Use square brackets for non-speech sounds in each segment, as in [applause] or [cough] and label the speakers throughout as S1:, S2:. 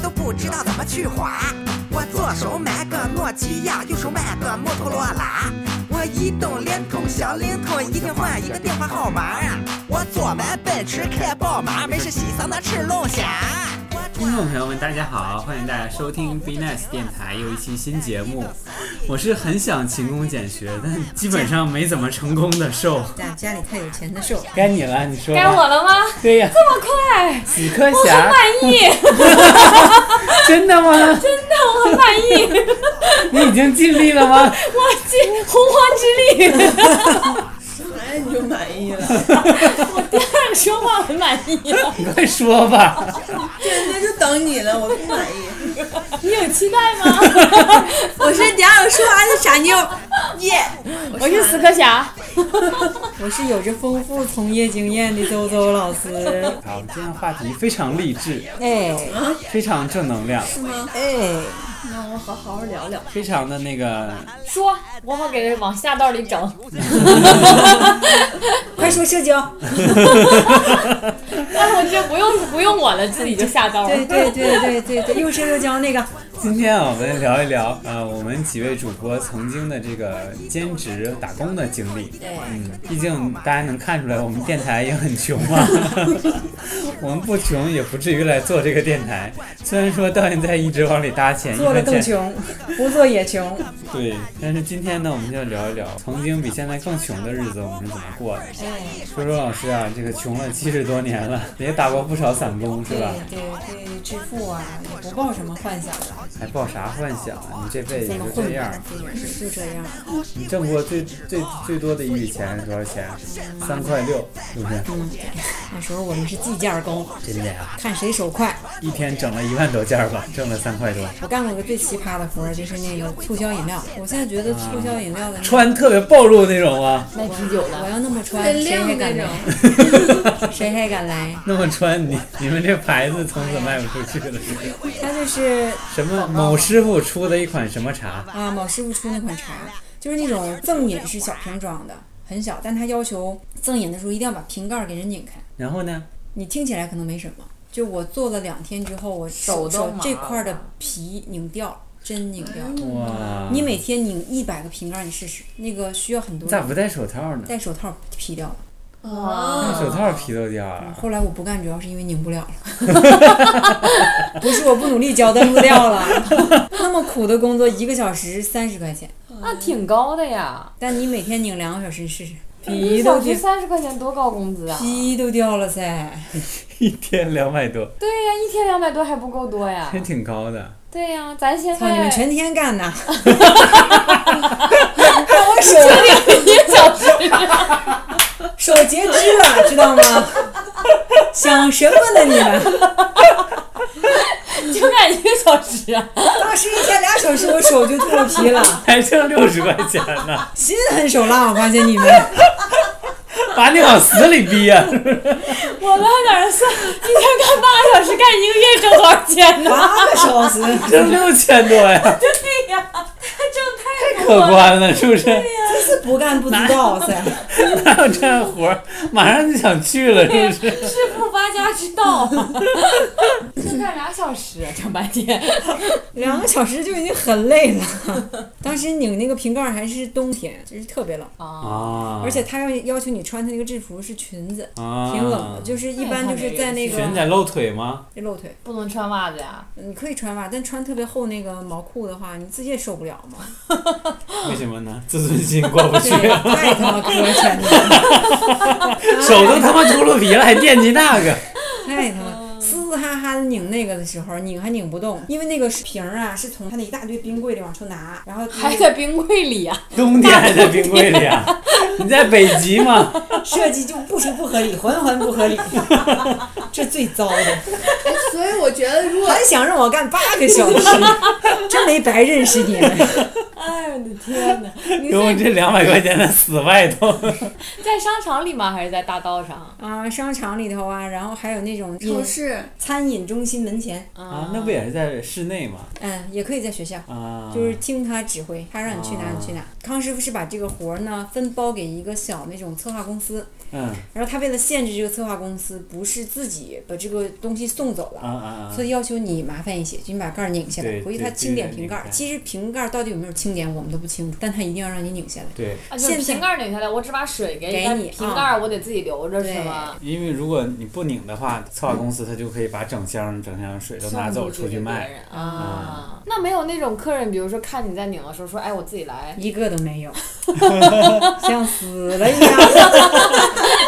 S1: 都不知道怎么去划。我左手买个诺基亚，右手买个摩托罗拉。我移动、联通、小灵通，一天换一个电话号码啊。我左买奔驰，开宝马，没事洗桑拿吃龙虾。
S2: 听众朋友们，大家好，欢迎大家收听 B Nice 电台又一期新节目。我是很想勤工俭学，但基本上没怎么成功的瘦。
S3: 家家里太有钱的时候，
S2: 该你了，你说吧。
S4: 该我了吗？
S2: 对呀，
S4: 这么快，
S2: 死磕
S4: 我很
S2: 侠，
S4: 满意，
S2: 真的吗？
S4: 真的我很满意，
S2: 你已经尽力了吗？
S4: 我尽洪荒之力。
S3: 哎，你就满意了，
S4: 我第二说话很满意了，
S2: 你快说吧。
S3: 人家就等你了，我不满意。
S4: 你有期待吗？
S3: 我是第二个说话的傻妞，耶、
S4: 我是死磕侠，
S3: 我是有着丰富从业经验的周周老师。
S2: 好，今天的话题非常励志，
S3: 哎
S2: 非常正能量，
S3: 哎，
S2: 非常的那个
S4: 说，我好给人往下道里整。
S3: 快说社交。
S4: 但是我这不用不用我了，自己就下道了。
S3: 对对对对对对，又是社交那个。
S2: 今天我们聊一聊，呃，我们几位主播曾经的这个兼职打工的经历。嗯，毕竟大家能看出来，我们电台也很穷嘛。 [laughs] 我们不穷，也不至于来做这个电台。虽然说到现在一直往里搭钱，
S3: 做
S2: 一
S3: 了
S2: 分
S3: 更
S2: 钱。
S3: 穷，不做也穷。
S2: 对，但是今天呢，我们就聊一聊曾经比现在更穷的日子，我们是怎么过的。
S3: 哎
S2: 周周老师啊，这个穷了七十多年了，也打过不少散工，是
S3: 对
S2: 吧？
S3: 对对，致富啊，也不抱什么幻想了，
S2: 还抱啥幻想啊？你这辈子
S3: 这么
S2: 就
S3: 混
S2: 这样
S3: 吧。，就这样。
S2: 你挣过最最最多的一笔钱是多少钱？三块六，是不是？
S3: 那时候我们是计件工，
S2: 真的呀、
S3: 看谁手快。
S2: 啊一天整了一万多件儿吧，挣了三块多。
S3: 我干过个最奇葩的活儿，就是那个促销饮料。我现在觉得促销饮料的那个
S2: 穿特别暴露那种啊， [laughs]
S4: 卖啤酒
S3: 我
S4: 了，
S3: 要那么穿，谁还敢来？谁还敢来？
S2: 那么穿你你们这牌子从此卖不出去了。
S3: 他就是
S2: 什么某师傅出的一款什么茶？
S3: 啊，某师傅出那款茶，就是那种赠饮是小瓶装的，很小，但他要求赠饮的时候一定要把瓶盖给人拧开。
S2: 然后呢？
S3: 你听起来可能没什么，就我做了两天之后，我
S4: 手都
S3: 手手
S4: 麻
S3: 这
S4: 了哎
S3: 块的皮拧掉，真拧掉。
S2: 哇，
S3: 你每天拧一百个瓶盖，你试试，那个需要很多
S2: 咋不戴手套呢？
S3: 戴手套皮掉了。
S4: 哇，
S2: 戴手套皮都掉了。
S3: 后来我不干，主要是因为拧不了了，
S4: [laughs]
S3: [laughs] 不是我不努力交代不掉了。 [laughs] 那么苦的工作，一个小时三十块钱，
S4: 那挺高的呀，
S3: 但你每天拧两个小时，你试试，
S4: 一
S3: 皮
S4: 小
S3: 都
S4: 时
S3: 掉，
S4: 三十块钱多高工资啊？
S3: 皮都掉了噻。
S2: 一天两百多，
S4: 对呀，一天两百多还不够多呀
S2: 还？挺高的。
S4: 对呀，咱现
S3: 操，你
S4: 在
S3: 们全天干呐！
S4: 一个小时，
S3: 手截肢了，知道吗？想什么呢你们？
S4: 就干一
S3: [laughs]
S4: 个小时啊？
S3: 当时一天俩小时，我手就脱皮了，
S2: 还挣六十块钱呢，
S3: 心狠手辣。我发现你们，
S2: 把你往死里逼啊 [laughs] 呀、
S4: 我们还在那算，一天干八个小时，干一个月挣多少钱呢？
S3: [laughs] 八个小时，
S2: 挣六千多呀，
S4: 对呀，挣太
S2: 可
S4: 多了。
S2: 观了，是不是？
S3: 真是不干不知道噻。
S2: [laughs] 哪有啊这样活儿？马上就想去了，是不是？
S4: 致富发家之
S3: [laughs]
S4: 道，就干俩小时，整半
S3: [laughs]
S4: 天。
S3: 两个小时就已经很累了。当时拧那个瓶盖儿还是冬天，就是特别冷，
S4: 啊，
S2: 啊
S3: 而且他要要求你穿他那个制服是裙子，
S2: 啊
S3: 挺冷的，就是一般就是在那
S2: 裙子
S3: 个哎
S2: 得露腿吗？
S3: 露腿，
S4: 不能穿袜子呀，
S3: 你可以穿袜，但穿特别厚那个毛裤的话，你自己也受不了嘛。啊
S2: 为什么呢？自尊心过不去
S3: [laughs] 对，，太他妈磕碜了，
S2: 手都他妈秃噜皮了，还惦记那
S3: [laughs]
S2: 个。
S3: 太他
S5: [laughs]
S3: 妈。嘶嘶哈哈的拧那个的时候，拧还拧不动，因为那个瓶儿啊是从他那一大堆冰柜里往出拿，然后
S4: 还在冰柜里啊呀、
S2: 冬天还在冰柜里
S3: [laughs]
S2: 啊？你在北极吗？
S3: 设计就不是不合理，环环不合理， [laughs] 这最糟的。
S5: 哎所以我觉得，如果
S3: [laughs] 还想让我干八个小时，真没白认识你
S5: [laughs]
S3: 们。
S4: 哎呦我的天哪！你
S2: 给我
S4: 是
S2: 这两百块钱的死外头。
S4: [laughs] 在商场里吗？还是在大道上？
S3: 啊，商场里头啊，然后还有那种饮
S5: 超市
S3: 餐饮中心门前，
S2: 啊，那不也是在室内吗？
S3: 嗯，也可以在学校。
S2: 啊，
S3: 就是听他指挥，他让你去哪你去哪。康师傅是把这个活儿呢分包给一个小那种策划公司，
S2: 嗯
S3: 然后他为了限制这个策划公司不是自己把这个东西送走了，
S2: 啊啊啊
S3: 所！以要求你麻烦一些，就你把盖儿拧下来
S2: 对，
S3: 回去
S2: 对
S3: 他清点
S2: 对
S3: 瓶盖
S2: 拧
S3: 儿。
S2: 开
S3: 其实瓶盖儿到底有没有清点，我们都不清楚，但他一定要让你拧下来。
S2: 对，
S4: 啊，就是瓶
S3: 现在
S4: 盖拧下来，我只把水给
S3: 给
S4: 但
S3: 你
S4: 瓶
S3: 啊
S4: 盖儿我得自己留着是
S3: 对
S4: 吗？
S2: 因为如果你不拧的话，策划公司他就可以把整箱整箱水都拿走
S4: 送
S2: 出去
S4: 给别
S2: 卖。
S4: 人
S3: 嗯
S4: 啊。那没有那种客人，比如说看你在拧的时候说，哎，我自己来。
S3: 一个都
S2: [laughs]
S3: 没有，像死了一样， [laughs]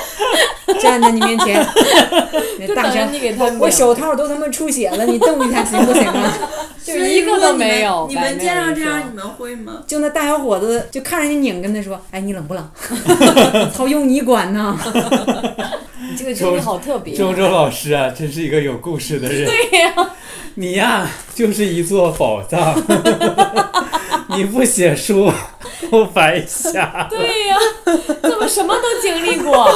S3: 站在你面前，
S2: [laughs]
S3: 那大
S4: 等着
S3: 声
S4: 你给他拧
S3: 我手套都他妈出血了，你动一下行不行
S4: [laughs]
S3: 啊？
S4: 就是一个都没有。
S5: 你
S4: 白
S5: 们
S4: 没
S5: 见
S4: 人
S5: 到这
S4: 说
S5: 样，你们会吗？
S3: 就那大小伙子就看人家拧，跟他说：“哎，你冷不冷？ [laughs] 操，用你
S4: [laughs]
S3: 管呢？
S4: 你这个经历好特别。
S2: 周周老师啊，真是一个有故事的人。
S4: 对呀、
S2: 你呀、就是一座宝 [laughs] 藏。你不写书，我白瞎。
S4: 对 [laughs] 呀、怎么什么都经历过？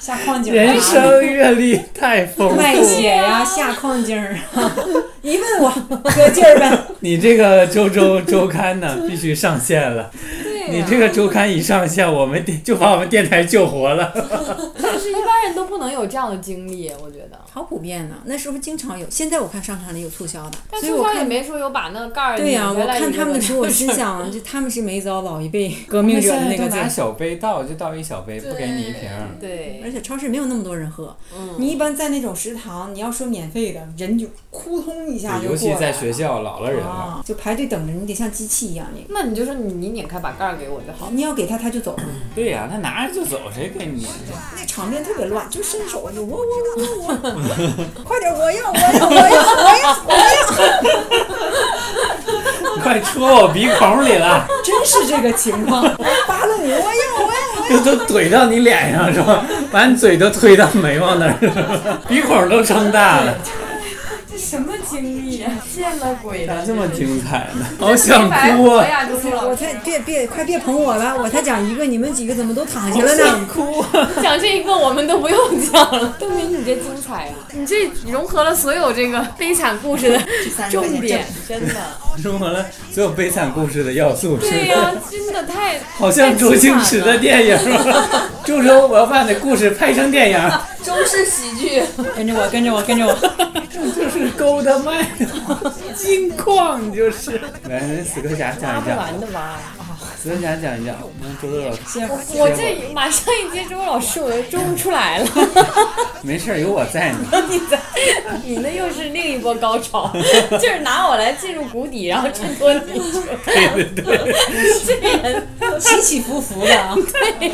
S3: 下矿井
S2: 人
S3: 啊，
S2: 生阅历太丰富，
S3: 卖血呀，下矿井儿啊， [laughs] 你问我，搁劲儿呗。
S2: 你这个周周周刊呢，必须上线了。
S4: 对呀、啊
S2: 你这个周刊一上线，我们电就把我们电台救活了。
S4: 就是一般人都不能有这样的经历，我觉得。
S3: 好普遍呢，那时候经常有，现在我看商场里有促销的，
S4: [laughs] 但
S3: 所
S4: 是
S3: 以我
S4: 他也
S3: 看
S4: 没说有把那个盖儿
S3: 对呀、
S4: 拧
S3: 我
S4: 下来
S3: 看
S4: 一
S3: 他们
S4: 个
S3: 的时候，我
S4: 的
S3: 心想，就他们是没遭老一辈革命者的那个劲儿。
S2: 小杯倒，就倒一小杯，不给你一瓶。
S3: 而
S4: 对，
S3: 且超市没有那么多人喝，
S4: 嗯
S3: 你一般在那种食堂，你要说免费的，人就扑通一下就过来了
S2: 校，老了
S3: 啊，就排队等着，你得像机器一样那个，哦
S4: 那你就说你你拧开把盖儿给我就好。
S3: 你要给他他就走，
S2: 对呀、他拿着就走，谁给你？
S3: 那场面特别乱，就伸手就我我我我我，快点我要我要我要我要， [laughs]
S2: 快戳我鼻孔里了，
S3: 真是这个情况，扒拉你我要
S2: [laughs]
S3: 我要，
S2: 这都怼到你脸上是吧？把你嘴都推到眉毛那儿是吧， [laughs] 鼻孔都撑大了，
S4: 这什么经历
S3: [laughs]
S4: 啊？
S5: 见了鬼
S2: 咋这么精彩呢？好 [laughs] 想哭
S4: 我
S2: 啊！
S4: 呀，就是 [laughs]
S3: 我才别别快别捧我了，我才讲一个，你们几个怎么都躺下了呢？
S2: 哭啊！ [laughs]
S4: 讲这一个我们都不用讲 [laughs] 了，邓明你这精彩啊！你这融合了所有这个悲惨故事的重点，真的。
S2: 融合了所有悲惨故事的要素，是
S4: 对
S2: 吧？ [laughs]
S4: 呀、真的太
S2: 好像周星驰的电影， [laughs] 周周我要把你的故事拍成电影，
S5: 中式喜剧，
S3: [laughs] 跟着我跟着我跟着我。
S2: [laughs] 这就是勾搭麦金矿就是。来，那死磕侠讲一
S4: 不
S2: 讲，
S4: 完的吧。
S2: 死磕侠讲一讲，让周周老师
S3: 我
S4: 我这马上一接周老师，我就周不出
S5: [laughs]
S4: 来了。
S2: 没事儿，有我在呢。 [laughs]
S4: 你的你那又是另一波高
S5: [laughs]
S4: 潮，就是拿我来进入谷底，然后衬托你。
S2: 对对对，
S4: 这人
S3: [laughs] 起起伏伏的啊。 [laughs] 对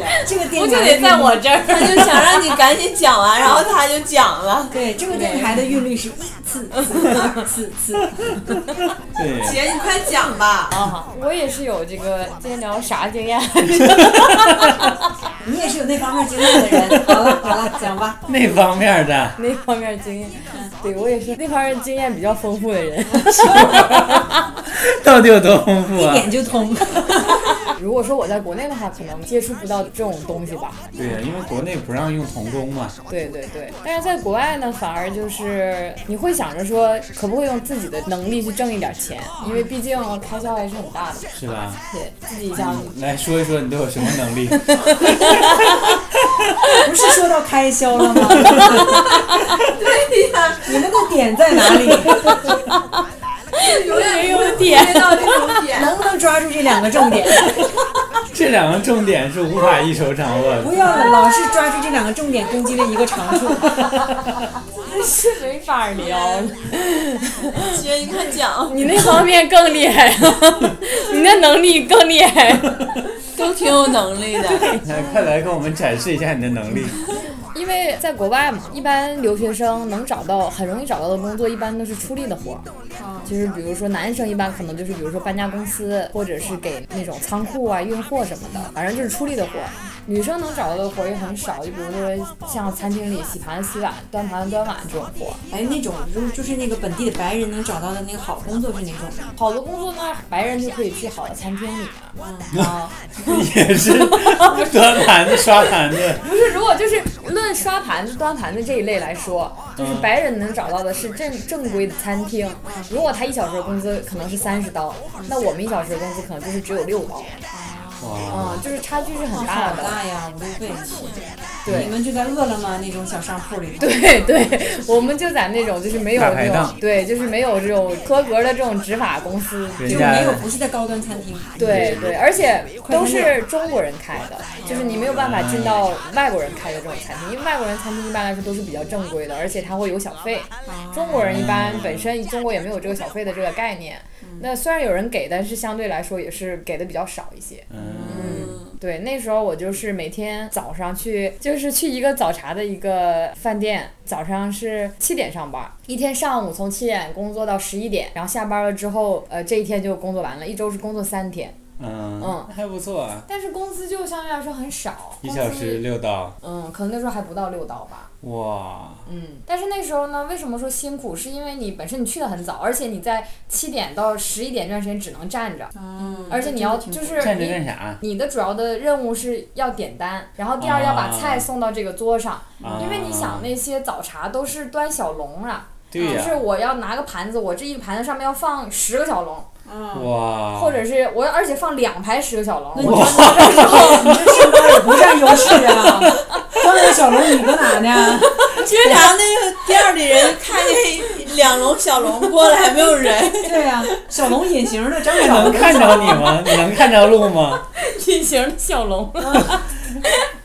S3: 呀、 [laughs] 这个
S4: 不
S3: 电
S4: 就
S3: 台
S4: 得在我这
S5: 他
S4: 儿？
S5: 就想让你赶紧讲完，然后他就讲了。
S3: 对这个电台的韵律是一次次次次，
S2: 对，
S5: 姐，你快讲吧。
S4: 啊， [laughs] 我也是有这个今天聊啥经
S5: [laughs]
S4: 验？
S3: 你也是有那方面经验的 [laughs] 人。好了好了，讲吧。
S2: [laughs] 那方面的，
S4: 那方面经验，对我也是那方面经验比较丰富的
S5: [laughs]
S4: 人。 [laughs]
S2: 到底有多丰富啊？
S3: 点就 [laughs] 通。
S4: 如果说我在国内的话，可能接触不到这种东西吧。
S2: [laughs] 对呀，因为国内不让用童工嘛。
S4: 对对对，但是在国外呢，反而就是你会想着说，可不可以用自己的能力去挣一点钱，因为毕竟开销还是很大的，
S2: 是吧？
S4: 对自己想。
S2: 来说一说你都有什么能力？
S3: 不是说到开销了 [laughs] 吗？对呀、你们的点在哪里？
S5: 永远
S4: 有
S5: 有
S4: 点
S5: 接到这种点。
S3: 能不能抓住这两个重点？
S2: 这两个重点是无法一手掌握的。
S3: 不要老是抓住这两个重点攻击了一个长 [laughs] 处。
S4: 是没法聊，
S5: 姐，你快讲，
S4: [laughs] 你那方面更厉害， [laughs] 你那能力更厉害。
S5: 都挺有能力的。
S2: [laughs] 来，快来给我们展示一下你的能力。
S4: 因为在国外嘛，一般留学生能找到很容易找到的工作，一般都是出力的活儿。就是比如说男生一般可能就是比如说搬家公司，或者是给那种仓库啊运货什么的，反正就是出力的活儿。女生能找到的活儿也很少，就比如说像餐厅里洗盘洗碗、端盘端碗这种活儿。
S3: 哎，那种就是就是那个本地的白人能找到的那个好工作是哪种？
S4: 好多工作呢，白人就可以去好的餐厅里面啊。
S2: 也是端盘子、刷盘子，
S4: 不是，如果就是论刷盘子、端盘子这一类来说，就是
S2: 嗯
S4: 白人能找到的是正正规的餐厅。如果他一小时的工资可能是三十刀，那我们一小时的工资可能就是只有六刀。
S2: 哇，
S4: 嗯，就是差距是很大
S3: 好
S4: 的。
S3: 大呀，五六倍。
S4: 对
S3: 你
S2: 嗯
S3: 们就在饿了么那种小商铺里头。
S4: [laughs] 对对，我们就在那种就是没有
S2: 大排
S4: 那种
S2: 档
S4: 对，就是没有这种合格的这种执法公司。
S2: 人
S3: 就没有
S2: 家
S3: 不是在高端餐厅，
S4: 对对，而且都是中国人开的，就是你没有办法进到外国人开的这种餐厅，因为外国人餐厅一般来说都是比较正规的，而且它会有小费。中国人一般本身中国也没有这个小费的这个概念，那虽然有人给，但是相对来说也是给的比较少一些。
S2: 嗯，
S4: 对，那时候我就是每天早上去，就是去一个早茶的一个饭店，早上是七点上班，一天上午从七点工作到十一点，然后下班了之后，呃，这一天就工作完了，一周是工作三天，
S2: 嗯
S4: 嗯
S2: 还不错啊，
S4: 但是工资就相对来说很少，
S2: 一
S4: 工
S2: 小
S4: 资
S2: 时六道，
S4: 嗯，可能那时候还不到六刀吧。
S2: 哇，
S4: 嗯，但是那时候呢，为什么说辛苦？是因为你本身你去的很早，而且你在七点到十一点这段时间只能站着，
S3: 嗯
S4: 而且你要就是
S2: 站着
S4: 你
S2: 干啥？
S4: 你的主要的任务是要点单，然后第二要把菜送到这个桌上，
S2: 啊
S4: 因为你想那些早茶都是端小笼啊，
S2: 对
S4: 就
S2: 呀、
S4: 是我要拿个盘子，我这一盘子上面要放十个小笼，
S3: 嗯，
S2: 哇，
S4: 或者是我要而且放两排十个小笼，我
S3: 你这身高也不占优势啊。刚才小龙你搁哪 [laughs] 呢？
S5: 其实咱那个店儿里人看见两笼小笼过来，没有人，
S3: 对呀、小龙隐形的，张小
S2: 能
S3: 龙
S2: 看着你吗？你能看着路吗？
S4: 进行的小笼。 [laughs]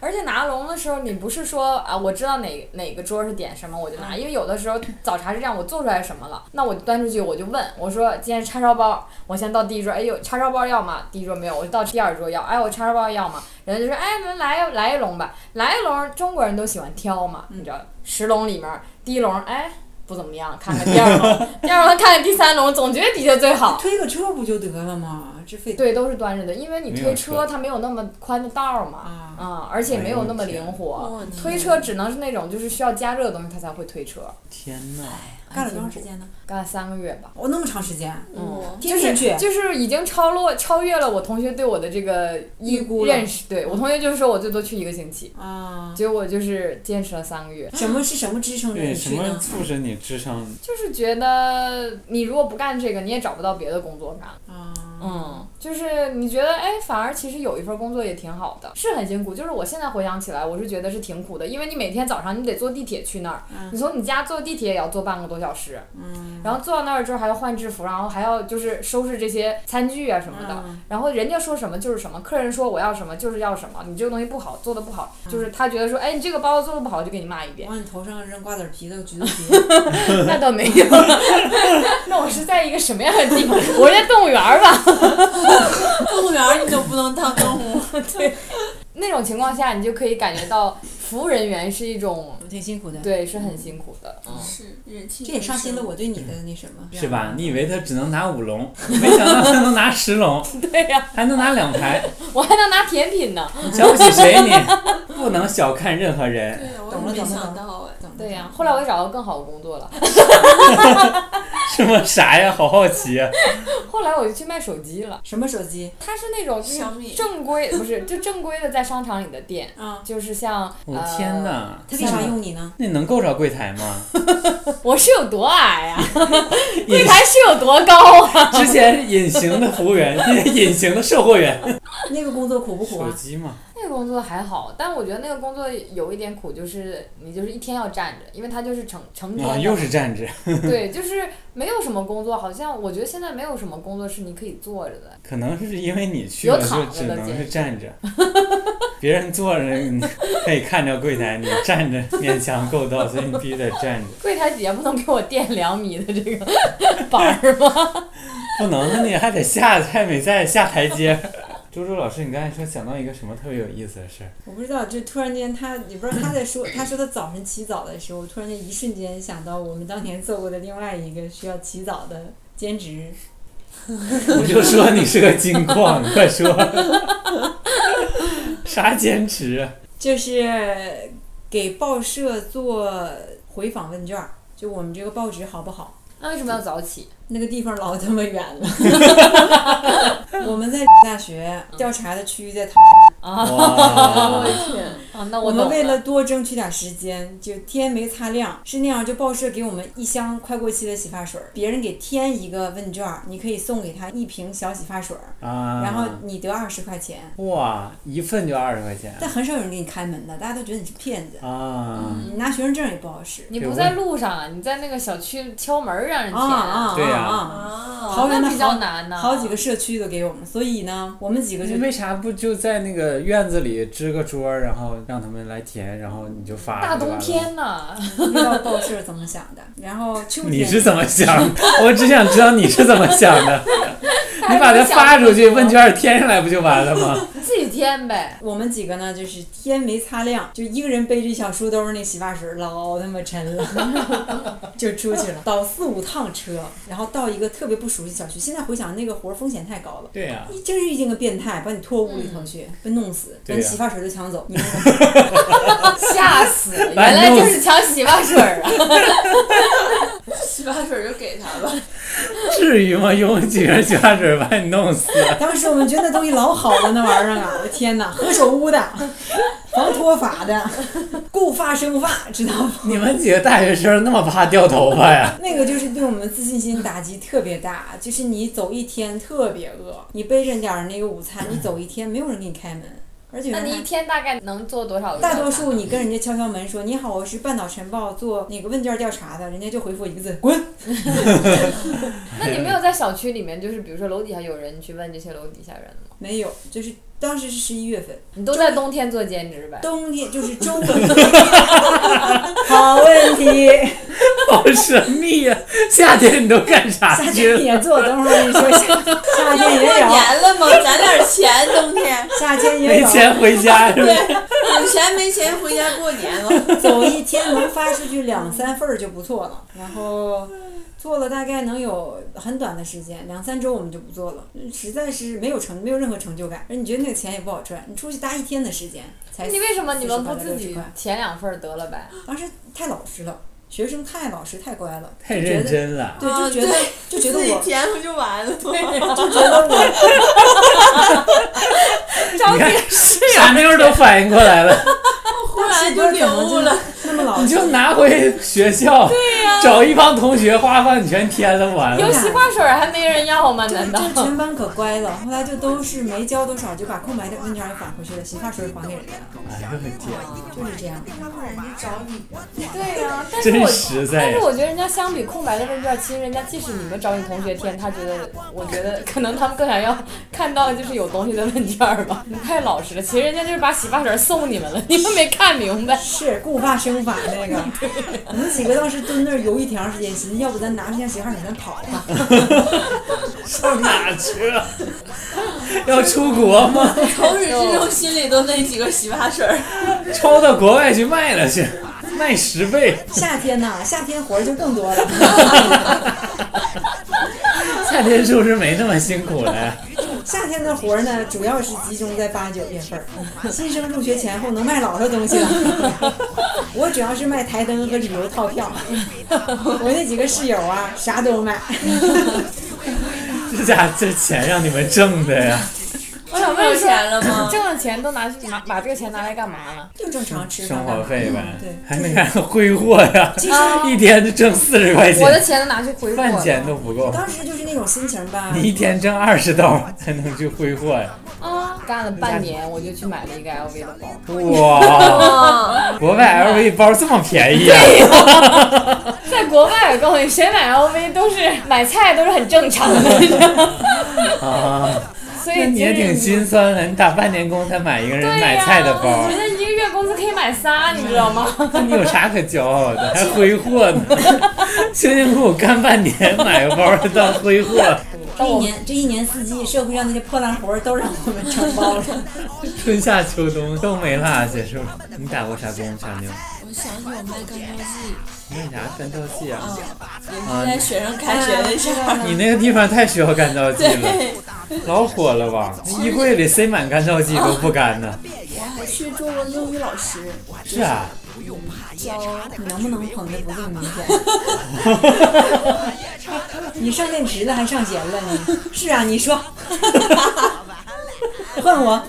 S4: 而且拿笼的时候，你不是说啊，我知道哪哪个桌是点什么，我就拿，因为有的时候早茶是这样，我做出来什么了，那我就端出去，我就问我说今天叉烧包，我先到第一桌，哎呦叉烧包要吗？第一桌没有，我就到第二桌要，哎我叉烧包要吗？人家就说哎那来来一笼吧，来一笼，中国人都喜欢挑嘛，你知道，十笼里面第一笼哎。不怎么样，看看第二笼， [laughs] 第二笼看看第三笼，总觉得底下最好。
S3: 推个车不就得了吗？这非得
S4: 对，都是端着的，因为你
S2: 没有
S4: 推
S2: 车
S4: 车它没有那么宽的道儿嘛，
S3: 啊，
S4: 啊、而且没有那么灵
S5: 哎呦
S4: 活
S5: 我，天
S4: 推车只能是那种就是需要加热的东西它才会推车，
S2: 天哪！
S3: 干了多长时间呢？
S4: 干了三个月吧，
S3: 我、那么长时间，
S5: 嗯，
S3: 天天去。
S4: 就是已经超落超越了我同学对我的这个
S3: 预估了
S4: 认识，对我同学就是说我最多去一个星期，
S3: 啊，
S4: 结果我就是坚持了三个月，
S3: 什么是什么支撑着
S2: 对，
S3: 你
S2: 什
S3: 去
S2: 么
S3: 呢？
S2: 促使你支撑？
S4: 就是觉得你如果不干这个，你也找不到别的工作干了。
S3: 啊，
S4: 嗯，就是你觉得，哎，反而其实有一份工作也挺好的，是很辛苦。就是我现在回想起来，我是觉得是挺苦的，因为你每天早上你得坐地铁去那儿，你从你家坐地铁也要坐半个多小时，嗯，然后坐到那儿之后还要换制服，然后还要就是收拾这些餐具啊什么的，然后人家说什么就是什么，客人说我要什么就是要什么，你这个东西不好，做的不好，就是他觉得说，哎，你这个包子做的不好，就给你骂一遍。
S3: 往你头上扔瓜子皮的橘子皮，
S4: [laughs] 那倒没
S2: [laughs]
S4: 有，那我是在一个什么样的地方？我是在动物园儿吧。
S5: 动物园儿你都不能当动物，
S4: 那种情况下，你就可以感觉到服务人员是一种，
S3: 挺辛苦的。
S4: 对，是很辛苦的。嗯，
S5: 是人气
S3: 这也刷新了我对你的那什么，
S5: 啊
S2: 是？吧？你以为他只能拿五笼，没想到他能拿十笼，
S3: 嗯
S4: 对呀、
S2: 还能拿两排，
S4: 我还能拿甜品呢。
S2: 你瞧不起谁你？不能小看任何人。
S5: 对，我
S3: 懂
S5: 也
S3: 了懂
S5: 没
S3: 了
S5: 想
S3: 懂
S5: 到哎。
S4: 对呀、后来我也找到更好的工作了， [laughs]
S2: 什么啥呀？好好奇呀、
S4: 后来我就去卖手机了。
S3: 什么手机？
S4: 它是那种就是
S5: 小米
S4: 正
S3: [laughs]
S4: 规，不是就正规的在商场里的店，
S3: 啊，
S4: 就是像
S2: 我、天
S4: 呃，
S2: 哪！
S3: 他为啥用你呢？
S2: 那能够着柜台吗？
S4: 我是有多
S2: [laughs]
S4: 矮呀、柜台是有多高啊？
S2: 之前隐形的服务员，隐形的售货员，
S3: 那个工作苦不苦
S2: 手
S3: 啊？
S2: 机嘛，
S4: 那个工作还好，但我觉得那个工作有一点苦，就是你就是一天要站着，因为它就是成成天
S2: 啊，
S4: 的
S2: 又是站着，
S4: 对，就是没有什么工作，好像我觉得现在没有什么工作是你可以坐着的。
S2: 可能是因为你去
S4: 有
S2: 了就
S4: 躺着
S2: 只
S4: 的
S2: 能
S4: 简
S2: 是
S4: 直
S2: 站着，别人坐着你可以看着柜台，你站着勉强够到，所以你必须得站着，
S4: 柜台底下不能给我垫两米的这个 [laughs] 板儿吗？
S2: 不能你还得下菜美在下台阶。 [laughs] 周周老师，你刚才说想到一个什么特别有意思的事 [laughs] 儿？
S3: 我不知道，就突然间他，你不知道他在说，他说他早晨起早的时候，我突然间一瞬间想到我们当年做过的另外一个需要起早的兼职，
S2: 我就说你是个金矿，你快 [laughs] 说，啥坚持？
S3: 就是给报社做回访问卷儿，就我们这个报纸好不好？
S4: 那为什么要早起？
S3: 那个地方老 [laughs] 他妈远了。我们在大学调查的区域在桃，
S2: 哇，
S4: 啊，那
S3: 我
S4: 懂
S3: 们为了多争取点时间，就天没擦亮，是那样就报社给我们一箱快过期的洗发水儿，别人给添一个问卷儿，你可以送给他一瓶小洗发水儿，
S2: 啊，
S3: 然后你得二十块钱。
S2: 哇，一份就二十块钱
S3: 但很少有人给你开门的，大家都觉得你是骗子，
S2: 啊，
S3: 你拿学生证也不好使。
S4: 你不在路上，啊你在那个小区敲门让人
S3: 啊
S4: 填，
S3: 啊
S2: 对呀
S3: 啊啊！
S5: 啊，
S3: 桃园的
S4: 那比较
S3: 好
S4: 难呢。啊
S3: 好几个社区都给我们，所以呢，我们几个就
S2: 你为啥不就在那个院子里支个桌儿，然后让他们来填，然后你就发？
S4: 大
S2: 就完
S4: 冬
S2: 了，
S4: 天呢，
S3: 不知道报社怎么想的。然后秋天
S2: 你是怎么想的？我只想知道你是怎么想
S4: [laughs]
S2: 的。你把它发出去，问卷儿填上来不就完了吗？
S4: 自己填
S3: [laughs]
S4: 呗。
S3: 我们几个呢，就是天没擦亮，就一个人背着一小书兜儿那洗发水，老他妈沉了， [laughs] 就出去了，倒四五趟车，然后到一个特别不熟悉小区。现在回想那个活儿风险太高了。
S2: 对啊呀、
S3: 你真是遇见个变态，把你拖屋里头去，被弄死，
S2: 嗯对
S3: 连
S2: 呀
S3: 洗发水都抢走。你们
S4: 吓死！
S2: [laughs]
S4: 原来就是抢洗发水儿
S3: [laughs]
S4: 啊！
S5: 洗发水就给他吧。
S2: 至于吗？用几瓶洗发水把你弄死？
S3: 当时我们觉得那东西老好了，那玩意儿啊，我的天哪，何首乌的， [laughs] 防脱发的，固发生发，知道吗？
S2: [laughs] 你们几个大学生那么怕掉头发呀？
S3: 那个就是对我们自信心打击特别大，就是你走一天特别饿，你背着点儿那个午餐，你走一天没有人给你开门，而且
S4: 嗯那你一天大概能做多少个？
S3: 大多数你跟人家敲敲门说你好，我是半岛晨报做那个问卷调查的，人家就回复一个字滚。
S4: 那你没有在小区里面，就是比如说楼底下有人，你去问这些楼底下人吗？
S3: 没有，就是当时是十一月份，
S4: 你都在冬天做兼职呗？
S3: 冬天就是
S4: [laughs]
S3: 周围。好问题，
S2: [laughs] 好神秘呀、夏天你都干啥
S3: 夏
S2: 去
S3: 天
S2: 了？
S3: 也做，等会儿我跟你说夏夏
S5: 啊过
S3: 天也有，
S5: 年了吗？攒点钱，冬天
S3: 夏天也
S2: 没
S3: 有。啊
S2: 钱回
S3: [laughs]
S2: 家是吧？
S5: 有钱没钱回家过年了。
S3: 走一天能发出去两三份儿就不错了，然后做了大概能有很短的时间，两三周我们就不做了，实在是没有成没有任何成就感，而你觉得那个钱也不好赚，你出去搭一天的时间才
S4: 哎你为什么你们不
S3: 48
S4: 自己
S3: 60块
S4: 填两份儿得了呗？
S3: 当时太老实了，学生太老实太乖了，
S2: 太
S3: 就觉
S2: 认
S3: 得。
S2: 真了。
S3: 对，就
S5: 啊
S3: 觉得
S5: 对
S3: 就觉得
S5: 自己
S3: 我
S5: 填不就完了吗？
S3: 就觉得我
S2: 你看，
S4: 着急
S3: 啊
S2: 傻妞都反应过来了，
S3: [laughs]
S5: 忽然就领悟了，
S3: 那
S2: [laughs]
S3: 么老
S2: 你
S3: 实，
S2: 就拿回学校，找一帮同学花饭全填了完
S4: [laughs] 有
S2: 了。
S4: 洗发水儿还没人要
S5: [laughs]
S4: 吗？
S3: 就是
S4: 难道
S3: 这？全班可乖了，后来就都是没交多少就把空白的问卷儿给返回去了，洗发水还给人家了，
S2: 哎呦我的天，
S3: 就是这样。
S4: 对呀、但是
S2: 真
S4: 我
S2: 实
S4: 但
S2: 在
S4: 是
S2: 呀！
S4: 我觉得人家相比空白的问卷，其实人家即使你们找你同学填，他觉得，我觉得可能他们更想要看到就是有东西的问卷儿吧。你 [laughs] 太老实了，其实人家就是把洗发水送你们了，你们没看明
S5: [laughs]
S4: 白。
S3: 是固发生发那个，我们几个当时蹲那儿游一挺长时间，寻思要不咱拿着箱洗发水咱跑吧。
S2: 上哪去了？要出国吗？
S5: 从始至终心里都那几个洗发水儿。
S2: 抽到国外去卖了去，卖十倍。
S3: 夏天呐、夏天活儿就更多了。
S2: 夏天是不是没那么辛苦了呀？
S3: 夏天的活儿呢，主要是集中在八九月份儿，新生入学前后能卖老多东西了。我主要是卖台灯和旅游套票，我那几个室友啊，啥都卖。
S2: 这家这钱让你们挣的
S4: [laughs]
S2: 呀？
S4: 我想
S5: 问一下挣了吗
S4: 挣了钱都拿去拿把这个钱拿来干嘛了？
S3: 就正常吃
S2: 生
S3: 饭
S2: 活
S3: 干嘛。
S2: 费呗，
S4: 嗯
S3: 对
S2: 还能干挥霍
S4: [laughs]
S2: 呀， [laughs] 一天就挣四十块
S4: 我的
S2: 钱，
S4: 钱都拿去挥霍
S2: 饭
S4: 了
S2: 钱都不够。
S3: 当时就是那种心情吧，
S2: [laughs] 你一天挣二十刀才能去挥霍呀？
S4: 啊！干了半年，我就去买了一个 LV 的包。
S2: 哇，[laughs]
S5: 啊，
S2: 国外 LV 包这么便宜啊？
S4: 在国外，我告诉你，谁买 LV 都是买菜都是很正常的， [laughs]
S2: 啊，
S4: 所
S2: 那
S4: 以
S2: 你也挺心酸的，你打半年工才买一个人
S4: 对
S2: 买
S4: 呀，
S2: 菜的包嗯
S4: [laughs] 我觉，得一个月工资可以买仨，你知道吗？
S2: 那你有啥可骄傲的？还挥霍
S4: [laughs]
S2: 呢， [laughs] 辛辛苦苦干半年买个包当挥霍，
S3: 这一年这一年四季，社会上那些破烂活儿都让我们承包了。
S2: 春夏秋冬都没落下，是吧？你打过啥工，傻妞？
S5: 我想起我卖干燥剂，
S2: 为啥干燥剂啊？
S4: 嗯
S5: 也是在学生开学那阵儿。
S2: 你那个地方太需要干燥剂了，
S5: 对，
S2: 老火了吧？衣柜里塞满干燥剂都不干
S4: [laughs]
S2: 呢。
S5: 我还去做过英语老师，
S2: 是啊，
S5: 教
S3: 你能不能捧的不够明显？ [laughs] 你上电 [laughs] 池了还上弦了你？是啊，你说，换我。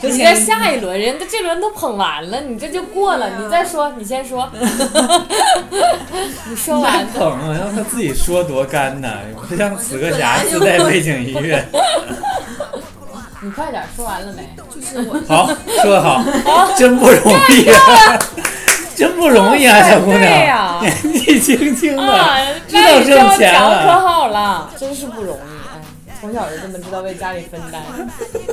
S2: 之
S4: 你
S2: 前
S4: 在下一轮，人家这轮都捧完了，你这就过了，你再说，你先说， [laughs] 你说
S2: 还
S4: 完。
S2: 捧啊，让他自己说多干呐，不像死个侠自带背景音
S4: [laughs]
S2: 乐。
S4: 你快点说完了没？
S5: 就是我
S2: 好，说得好，真不容易，
S4: [laughs]
S2: 啊，真不容易啊，小姑
S4: 对
S2: 娘， [laughs]
S4: 呀
S2: 年纪轻
S4: [laughs]
S2: 轻
S4: 啊
S2: 的，，知道
S4: 外语
S2: 挣
S4: 教
S2: 钱
S4: 条可
S2: 了。
S4: 好了，真是不容易。哎，从小就这么知道为家里分担。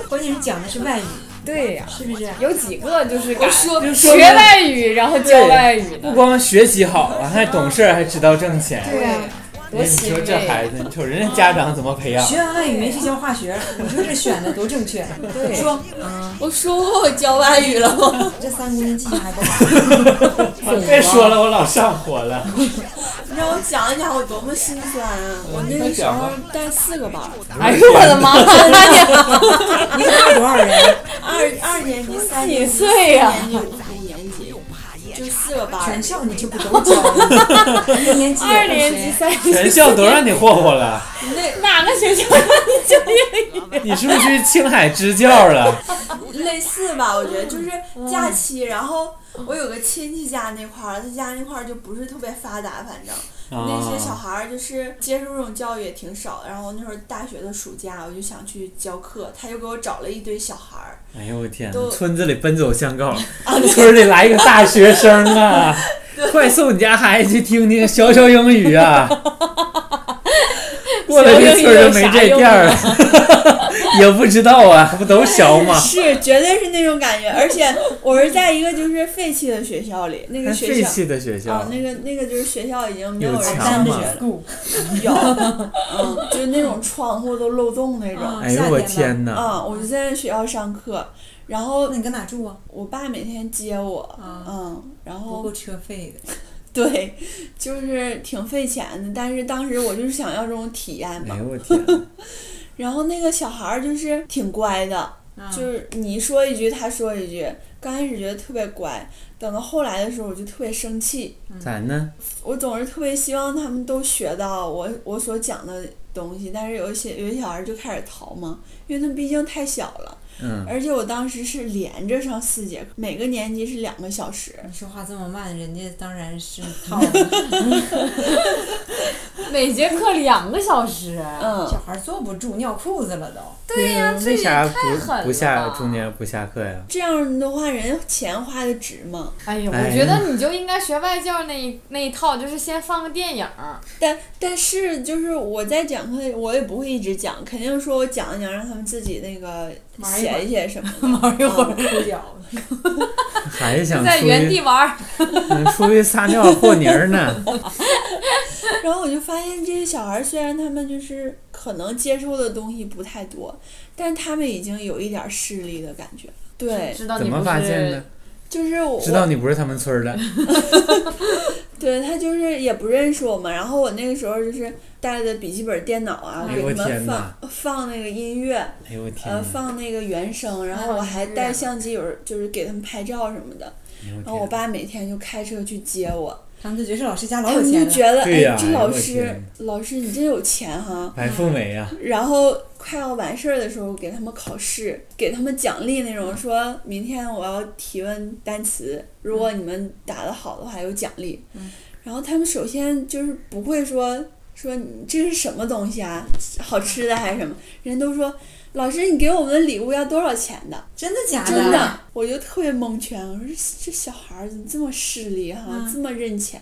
S3: 关键是讲的是外语，
S4: 对呀、
S3: 是不是？
S4: 有几个就是敢
S5: 说
S2: 就说
S4: 学
S2: 明
S4: 外语然后教外语
S2: 不
S4: 的，
S2: 光学习好啊，还懂事儿，还知道挣钱。
S3: 对呀、
S4: 多啊
S2: 哎你
S4: 欣
S2: 说这孩
S4: 慰。
S2: 子，你瞅人家家长怎么培养？
S3: 学完外语没去教化学，你说这选的多正确？ [laughs]
S4: 对
S3: 说
S5: 我说过我教外语了吗？
S3: 这三姑娘记性还不好，
S2: 别说了，我老上火了。
S5: 你让我讲一讲我多么心酸啊！我那个时候带四个班儿，
S4: 哎呦我的妈呀！
S3: 一个班儿多少人？
S5: 二二年级、三年级、
S4: 几岁呀
S5: 四年级、五年级，就四个班儿
S3: 全。校你就不都教了？一年级、
S4: 二年级、，三年
S2: [laughs] 全校都让你霍霍了，
S4: 级，哪个学校让你教英语？
S2: 你是不是去青海支教了？
S5: 类似吧，我觉得就是假期，然后我有个亲戚家那块儿，他家那块儿就不是特别发达，反正那些小
S2: 啊，
S5: 孩儿就是接受这种教育也挺少的。然后那时候大学的暑假，我就想去教课，他就给我找了一堆小孩儿，
S2: 哎呦我天
S5: 都，
S2: 村子里奔走相告， [laughs] 村里来一个大学生啊，快送你家孩子去听听小小英语啊。过了这村儿就没这店儿了， [laughs] 也不知道啊，不都小
S5: [laughs]
S2: 吗？
S5: 是绝对是那种感觉。而且我是在一个就是废弃的学校里，那
S2: 还
S5: 个学
S2: 哎废
S5: 校
S2: 弃的学校
S5: 啊，，那个那个就是学校已经没
S2: 有
S5: 人
S2: 墙
S5: 上学
S2: 吗
S5: 了， [laughs] 有，嗯，就是那种窗户都漏洞那
S2: [laughs]
S4: 哦
S5: 种。
S2: 哎呦我天哪！
S5: 嗯，我就在学校上课，然后
S3: 那你搁哪住啊？
S5: 我爸每天接我，
S3: 啊
S5: 嗯，然
S3: 不够
S5: 后
S3: 车费的，
S5: [laughs] 对，就是挺费钱的，但是当时我就是想要这种体验嘛
S2: 哎。呦我天，
S5: 然后那个小孩儿就是挺乖的，
S3: 就
S5: 哦就是你说一句他说一句，刚开始觉得特别乖，等到后来的时候我就特别生气，
S2: 咋呢？
S5: 我总是特别希望他们都学到我我所讲的东西，但是有一些有些小孩儿就开始逃嘛，因为他们毕竟太小了。
S2: 嗯，
S5: 而且我当时是连着上四节课，每个年级是两个小时。
S3: 你说话这么慢，人家当然是套了。
S4: 啊每节课两个小时。
S5: 嗯，
S3: 小孩坐不住，尿裤子了都。
S4: [laughs] 对呀、这
S2: 嗯为
S4: 也
S2: 啥
S4: 太
S2: 不
S4: 狠
S2: 不下
S4: 了吧
S2: 中间不下课呀？
S5: 这样的话，人家钱花的值嘛。
S4: 哎呀，
S2: 哎
S4: 我觉得你就应该学外教那一那一套，就是先放个电影儿。
S5: 但但是就是我在讲课，我也不会一直讲，肯定说我讲一讲，让他们自己那个
S3: 玩一会儿
S5: 写一写什么的。
S3: 玩 [laughs] 一会儿抠脚，
S2: 还想
S4: 在
S2: 出
S4: 原
S2: 去
S4: 地玩儿，
S2: [laughs] 嗯出去撒尿和泥儿呢？
S5: 然后我就发现这些小孩儿虽然他们就是可能接受的东西不太多，但他们已经有一点势力的感觉。
S4: [laughs]
S5: 对，
S4: 知道
S2: 怎
S4: 你不
S2: 么
S4: 是
S2: 发现的？
S5: 就是我
S2: 知道你不是他们村儿的，
S5: 对他就是也不认识我们，然后我那个时候就是带着笔记本电脑啊，
S2: 哎
S5: 给
S2: 呦我
S5: 他们
S2: 天
S5: 放
S2: 哪
S5: 放那个音乐，
S2: 哎呦我天
S5: 呃，
S2: 哪！
S5: 放那个原声，然后我还带相机，有时候就是给他们拍照什么的。
S2: 哎呦
S5: 然
S4: 哦
S5: 后我
S2: 我天
S5: 爸每天就开车去接我，
S3: 他们就觉得这老师家老
S5: 他
S3: 有
S5: 们就
S3: 钱啊了。
S5: 觉得
S2: 对呀
S5: 哎，这
S2: 哎呦
S5: 老
S2: 我
S5: 师
S2: 天
S5: 老师你真有钱哈、
S2: 白富美呀！
S5: 然后快要完事儿的时候，给他们考试，给他们奖励那种，说明天我要提问单词，如
S3: 嗯
S5: 果你们答得好的话有奖励。然后他们首先就是不会说说你这是什么东西啊，好吃的还是什么，人都说老师你给我们的礼物要多少钱的？
S3: 真的假
S5: 真
S3: 的，
S5: 的，我就特别蒙圈，我说这小孩儿怎么这么势利哈、
S3: 嗯
S5: 这么认钱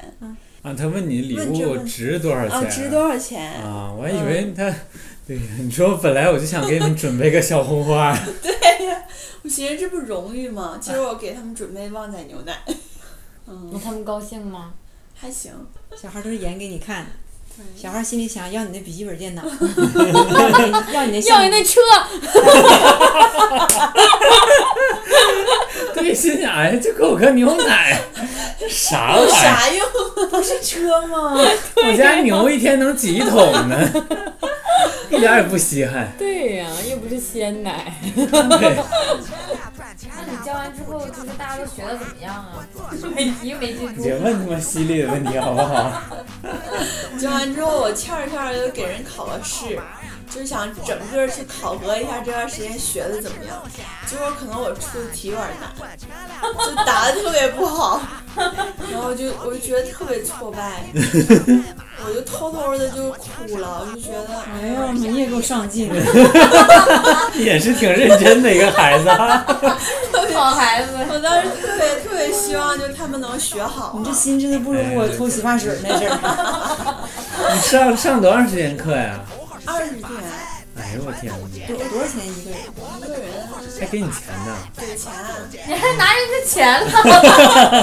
S2: 啊，他问你礼
S3: 问这
S2: 物
S3: 问
S2: 值多少
S5: 啊，
S4: 哦
S2: 钱？
S5: 值多少钱？
S2: 啊，我还
S4: 嗯
S2: 以为他， [laughs] 对，你说本来我就想给你们准备个小红花，
S5: 我寻思这不荣誉吗？其实我给他们准备旺仔牛奶，
S4: 那他们高兴吗？
S5: 还行。
S3: 小孩都是演给你看的。
S5: 对
S3: 小孩心里想要你那笔记本电脑， [laughs] 要你要你那
S4: 要
S3: 相
S4: 你
S3: 机
S4: 那车，
S2: [laughs] 对，心想哎，就给我个牛奶，啥玩
S5: 有
S2: 意儿？
S5: 啥用？啊
S3: 不是车吗？
S5: [laughs]
S2: [laughs] 我家牛一天能挤一桶呢， [laughs] 一点儿也不稀罕。
S4: 对呀、又不是鲜奶。
S2: [laughs] 对，
S4: 你教完之后，就是大家都学的怎么样 [laughs] 啊？没题没记住
S2: 别问他妈犀利的问题好不好？
S5: 教完之后，我欠儿欠儿的给人考个试，就是想整个去考核一下这段时间学的怎么样。结果可能我出的题有点难，就答的特别不好，然后就我就觉得特别挫败，我就偷偷的就哭了，我就觉得
S3: 哎呦，你也够上进的，
S2: 也是挺认真的一个孩子啊。 [laughs]
S4: 好孩子，
S5: 我当时特别特别希望就他们能学好
S3: 你，这心真的不如我偷洗发水那阵儿。
S2: 你上上多长时间课呀？
S5: 二十天
S2: 哎呦我天哪，
S3: 多 [laughs] 多少钱一个人？
S5: 一个人
S2: 还给你钱呢？ [laughs]
S5: 给钱，啊
S4: 你还拿人家钱呢， [laughs]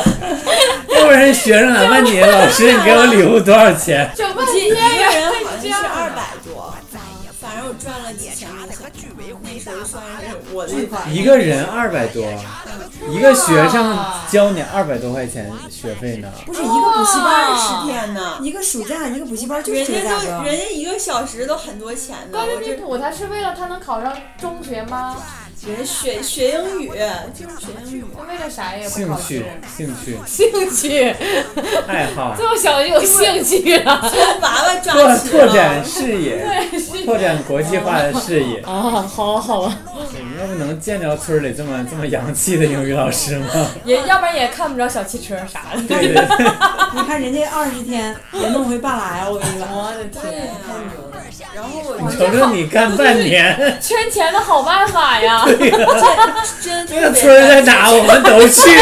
S2: 要不然学生来问你，老师你给我礼物多少钱？
S4: 整半
S5: 一个
S4: 天呀，
S5: 人好像是二百多。反正我赚了几千块钱，那时候算是我的
S3: 巨款
S2: 一个人二百多，一个学生交你二百多块钱学费呢。
S3: 不是一个补习班
S5: 二
S3: 儿
S5: 十
S3: 是，
S5: 天呢。
S3: 一个暑假一个补习班就是
S5: 人
S3: 这个
S5: 家
S3: 价
S5: 都
S3: 格。
S5: 人家一个小时都很多钱呢，
S4: 关
S5: 我
S4: 键你
S5: 这
S4: 补他是为了他能考上中学吗？
S5: 人学学英语就是学英语，
S4: 他为了啥也不
S2: 兴
S4: 考试
S2: 趣，，兴趣，
S4: 兴趣，
S2: 爱好，
S4: [laughs] 这么小就有兴趣了
S5: 娃娃抓
S2: 拓
S5: 起
S2: 拓展
S5: 了。
S2: 视野， [laughs] 拓展国际化的视野。
S4: 啊！好啊好啊，
S2: 你们要不能见着村里这么这么洋气的英语老师 [laughs] 吗？
S4: 也要不然也看不着小汽车啥的。
S2: 对对对，
S3: 你看人家二十天也弄回半拉呀，我跟你讲。
S4: 我的天，
S5: 然后
S2: 你
S5: 我
S2: 瞅瞅你干半年，
S4: [laughs] 圈钱的好办法呀！
S5: 真
S2: 这
S5: 特
S2: 个
S5: 别
S2: 村儿在哪我们都去，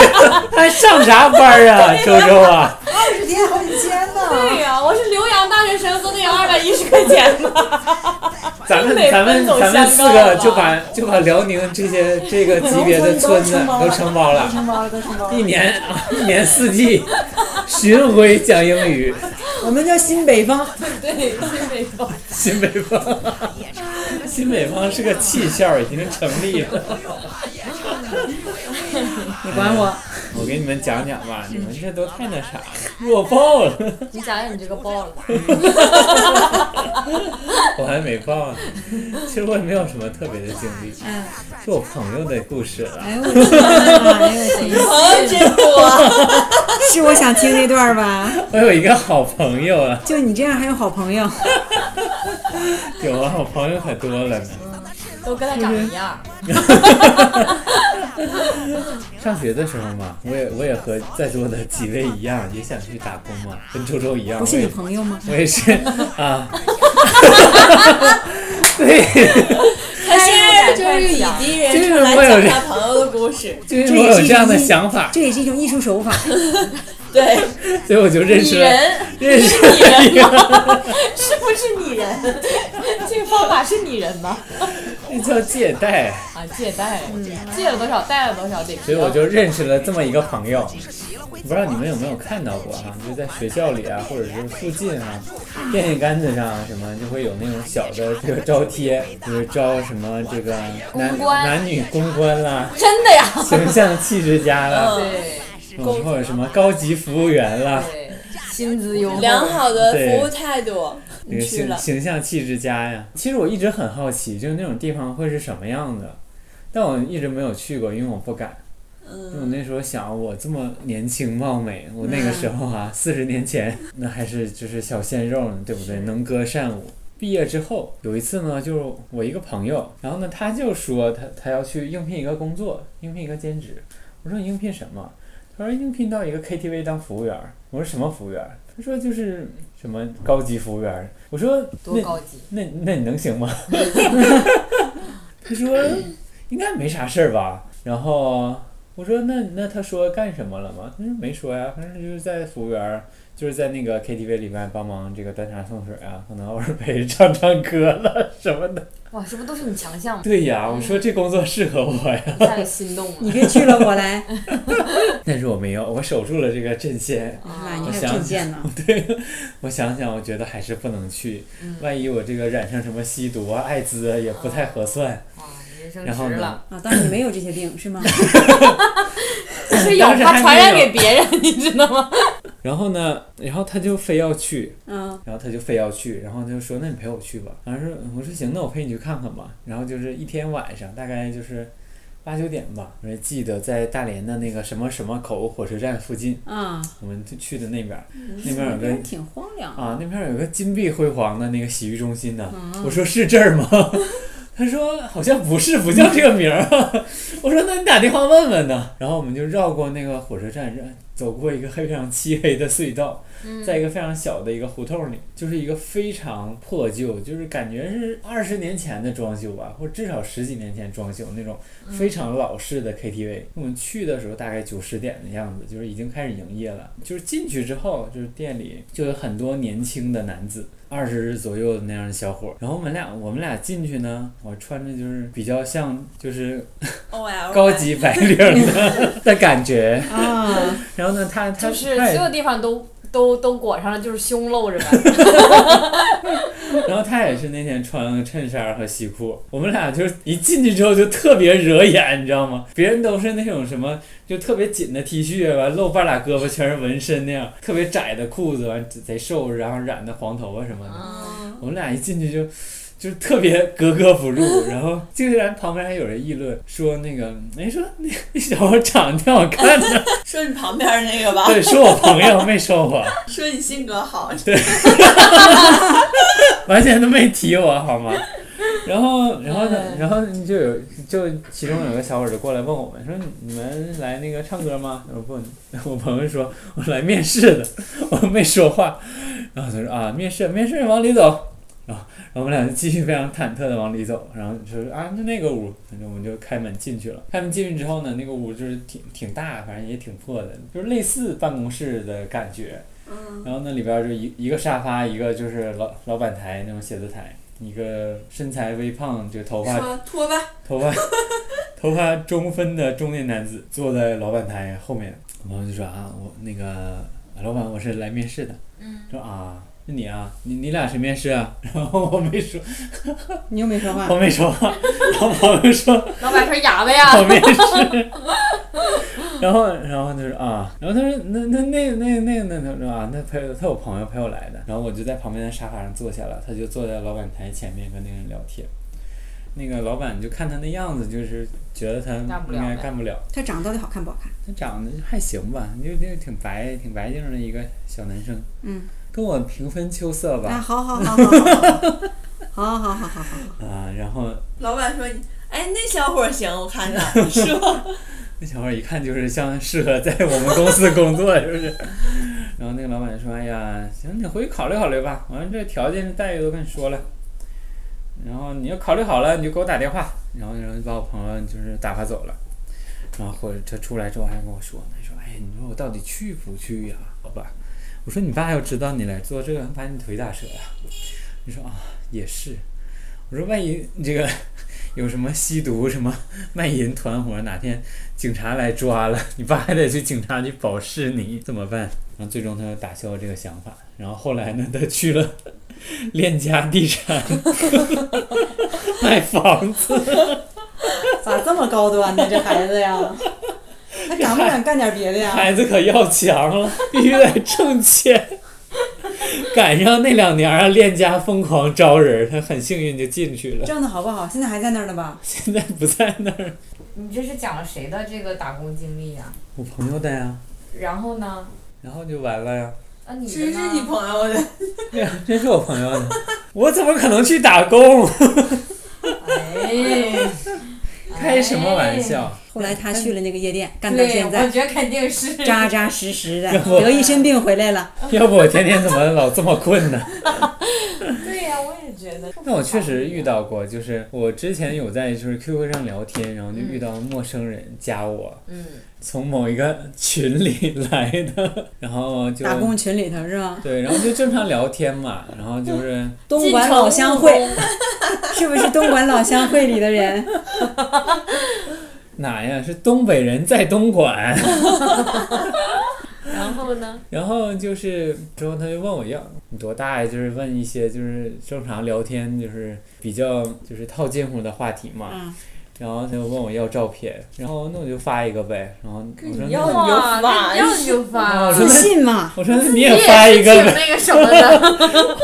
S2: [laughs] 还上啥班儿 [laughs] 啊，周周啊？
S3: 二十天好几千呢。
S4: 对呀、我是浏阳大学生都得有二百一十块钱呢。
S2: 咱们咱们咱们四个就把就把辽宁这些这个级别的村子都承包
S3: 都
S2: 了，
S3: 承包了，都承包
S2: 一
S3: 了。
S2: 年啊一年四季 [laughs] 巡回讲英语，
S3: 我们叫新北方，
S4: 对，是那种。
S2: 新北方，新北方是个气象，已经成立了。
S3: 你管我？
S2: 我给你们讲讲吧，你们这都太那啥了，弱爆了，
S4: 你讲讲你这个爆了，
S2: 我还没爆呢。其实我也没有什么特别的经历，
S3: 嗯，
S2: 是我朋友的故事了。
S3: 哎呦我的天啊！哎呦我的天，
S5: 朋真
S2: 嗯
S5: 多，
S3: [laughs] 是我想听那段吧？
S2: 我有一个好朋友啊，
S3: 就你这样还有好朋友，
S2: 有啊，我朋友可多了呢。
S4: 都跟他长一样。
S2: 上学的时候嘛，我也我也和在座的几位一样，也想去打工嘛，跟周周一样。
S3: 不是
S2: 我也
S3: 你朋友吗？
S2: 我也
S4: [laughs]
S2: 是啊。对，
S5: 他现在就是
S4: 是
S5: 以
S4: 以
S5: 敌
S2: 就
S5: 人
S2: 是
S5: 称来
S2: 我有
S5: 讲
S2: 这
S5: 他朋友的故事，
S2: 就是
S3: 这
S2: 我
S3: 也
S2: 有
S3: 是
S2: 这
S3: 一
S2: 样的
S3: 种
S2: 想法，
S3: 这也是一种艺术手法。
S5: 对，
S2: 所以我就认
S4: 拟
S2: 识了
S4: 人
S2: 认识
S4: 拟
S2: 了一
S4: 人
S2: 个。 [laughs]
S4: 吗？是不是拟人？这个方法是拟人吗？
S2: 那叫借贷，
S4: 啊，借贷，借了多少，贷了多少，得
S2: 所以我
S4: 还。
S2: 就认识了这么一个朋友。不知道你们有没有看到过哈、就在学校里啊，或者是附近啊，电线杆子上啊什么，就会有那种小的这个招贴，就是招什么这个男
S4: 公关
S2: 男女公关啦、
S4: 真的呀？
S2: 形象气质佳啦，
S4: 对
S2: 嗯或者什么高级服务员啦，
S4: 对，薪资优
S5: 良
S4: 厚。
S5: 好的服务态度，
S2: 这
S5: 你
S2: 个
S5: 去
S2: 形
S5: 了，
S2: 形象气质佳呀。其实我一直很好奇，就是那种地方会是什么样的，但我一直没有去过，因为我不敢。因为我
S5: 嗯，
S2: 那时候想，我这么年轻貌美，我那个时候啊，四十、年前那还是就是小鲜肉呢，对不对？能歌善舞。毕业之后有一次呢，就是我一个朋友，然后呢，他就说他他要去应聘一个工作，应聘一个兼职。我说你应聘什么？他说应聘到一个 KTV 当服务员儿。我说什么服务员儿？他说就是什么高级服务员儿。我说
S4: 多
S2: 那
S4: 高级！
S2: 那那你能行吗？他说应该没啥事儿吧。然后我说那那他说干什么了吗？他说没说呀，反正就是在服务员儿，就是在那个 KTV 里面帮忙这个端茶送水啊，可能偶尔陪着唱唱歌了什么的。
S4: 哇，这不都是你强
S2: [laughs]
S4: 项吗？
S2: 对呀，我说这工作适合我呀，
S4: 一下就心动了。
S3: 你别去了，我来。
S2: 但是我没有，我守住了这个阵线。
S3: 妈，你
S4: 啊
S3: 还有证件呢？
S2: 对，我想想，我觉得还是不能去，万一我这个染上什么吸毒啊、艾滋啊，也不太合算。
S4: 哇，人生
S2: 然后
S4: 值
S2: 呢
S4: 了，
S3: 啊，当时你没有这些病是吗？
S4: 是有
S2: 当时还
S4: 怕传
S2: 没
S4: 染
S2: 有
S4: 给别人，你知道吗？
S2: 然后呢，然后他就非要去，
S3: 嗯，
S2: 然后他就非要去，然后他就说：“那你陪我去吧。”然后说：“我说行，那我陪你去看看吧。”然后就是一天晚上，大概就是八九点吧，我还记得在大连的那个什么什么口火车站附近，
S6: 啊，
S2: 我们就去的那边儿，
S3: 嗯
S2: 那边儿
S6: 那
S2: 有个
S6: 边挺荒凉的。
S2: 啊，那边儿有个金碧辉煌的那个洗浴中心呢。我说是这儿吗？ [laughs] 他说好像不是，不叫这个名儿。 [laughs] 我说那你打电话问问呢。然后我们就绕过那个火车站，绕走过一个非常漆黑的隧道，在一个非常小的一个胡同里，就是一个非常破旧，就是感觉是二十年前的装修吧，或至少十几年前装修那种
S4: 嗯
S2: 非常老式的 KTV。我们去的时候大概九十点的样子，就是已经开始营业了。就是进去之后，就是店里就有很多年轻的男子。二十左右的那样的小伙儿，然后我们俩我们俩进去呢，我穿着就是比较像就是
S5: ，O
S4: 哦
S5: L
S2: 高级白领
S4: [laughs]
S2: 的的感觉，
S6: 啊，
S2: [laughs] 然后呢，他他
S4: 就是
S2: 他
S4: 所
S2: 也
S4: 有地方都都都裹上了，就是胸露
S2: [laughs]
S4: 着呗。
S2: 然后他也是那天穿了个衬衫和西裤，我们俩就是一进去之后就特别惹眼，你知道吗？ [laughs] 别人都是那种什么就特别紧的 T 恤，完露半拉胳膊全是纹身那样，特别窄的裤子，完啊贼瘦，然后染的黄头啊发什么的。
S5: 嗯，
S2: 我们俩一进去就就是特别格格不入，然后竟然旁边还有人议论说那个，哎说那 [laughs] 那小伙长得挺好看的，
S5: 说你旁边那个吧，
S2: 对，说我朋友没说我，
S5: 说你性格好，
S2: [laughs] 完全都没提我好吗？然后，然后呢？然后就有就其中有个小伙儿就过来问我们说：“你们来那个唱歌吗？”我说不，我朋友说我来面试的， [laughs] 我没说话。然后他说：“啊，面试，面试，往里走。”然后，然后我们俩就继续非常忐忑的往里走。然后就说：“啊，就那个屋。”反正我们就开门进去了。开门进去之后呢，那个屋就是挺挺大，反正也挺破的，就是类似办公室的感觉。然后那里边儿就一一个沙发，一个就是老老板台那种写字台，一个身材微胖，就头发
S5: 说脱吧，
S2: 头发 [laughs] 头发中分的中年男子坐在老板台后面，我朋友就说啊，我那个老板我是来面试的，嗯，说啊。是你啊，你你俩谁面试啊？ [laughs] 然后我没说，
S6: 你又没说话
S2: 我。没说话。然后朋友说，
S4: 老板说哑巴呀，
S2: 我面试。然后，然后他说啊，然后他说那那那那那那他说啊，那陪他有朋友陪我来的，然后我就在旁边的沙发上坐下了，他就坐在老板台前面跟那个人聊天。那个老板就看他那样子，就是觉得他
S4: 干不了
S2: 应该
S4: 呗
S2: 干不了。
S6: 他长得到底好看不好看？
S2: 他长得还行吧，就就挺白、挺白净的一个小男生，
S6: 嗯，
S2: 跟我平分秋色
S6: 啊，
S2: 吧。
S6: 好好好好好好好好好好好。
S2: 啊，然后
S5: 老板说你，哎，那小伙儿行，我看着，是吧？
S2: 那小伙儿一看就是像适合在我们公司工作，是不是？然后那个老板说：“哎呀，行，你回去考虑考虑吧。完了，这条件、待遇都跟你说了，然后你要考虑好了，你就给我打电话。”然后，然后就把我朋友就是打发走了。然后或者他出来之后还跟我说：“他说，哎，你说我到底去不去呀、老板？”我说：“你爸要知道你来做这个，把你腿打折呀、你说：“啊，也是。”我说：“万一你这个 [laughs] 有什么吸毒、什么 [laughs] 卖淫团伙，哪天警察来抓了，你爸还得去警察局保释你，怎么办？然后最终他就打消了这个想法。然后后来呢，他去了链家地产 [laughs] 卖房子，
S6: 咋这么高端呢？这孩子呀，他敢不敢干点别的呀？
S2: 孩子可要强了，必须得挣钱。赶上那两年啊，链家疯狂招人，他很幸运就进去了，
S6: [laughs] 挣的好不好？现在还在那儿呢吧？
S2: 现在不在那儿。
S4: 你这是讲了谁的这个打工经历呀？
S2: 我朋友的啊呀，
S4: 然后呢？
S2: 然后就完了呀。
S4: 啊，你
S5: 真是你朋友的，
S2: 对呀，这是我朋友的，我怎么可能去打工？
S4: 哎，
S2: [laughs] 开什么玩笑？
S6: 后来他去了那个夜店，干到
S4: 对，
S6: 现在
S4: 我，觉得肯定是
S6: 扎扎实实的，得一身病回来了。
S2: [laughs] 要不我天天怎么老这么困呢？ [laughs]
S4: 对呀、我也觉得。
S2: 那我确实遇到过，就是我之前有在就是 QQ 上聊天，然后就遇到陌生人加我，
S4: 嗯，
S2: 从某一个群里来的， [laughs] 然后就
S6: 打工群里头是吗？
S2: 对，然后就正常聊天嘛，然后就是
S6: 东莞老乡会 [laughs] 是不是东莞老乡会里的人？
S2: 哪呀？是东北人在东莞，
S4: 然后呢？
S2: 然后就是之后他就问我要你多大呀？就是问一些就是正常聊天就是比较就是套近乎的话题嘛。
S6: 嗯
S2: 然后他就问我要照片，然后那我就发一个呗。然后我说
S5: 要
S2: 那
S4: 哇，
S5: 发
S4: 那要你就发，
S2: 啊
S6: 自信嘛，
S2: 我说那你
S4: 你
S2: 也发一个 [laughs]
S4: 是
S2: 呗，
S4: 那个什么的，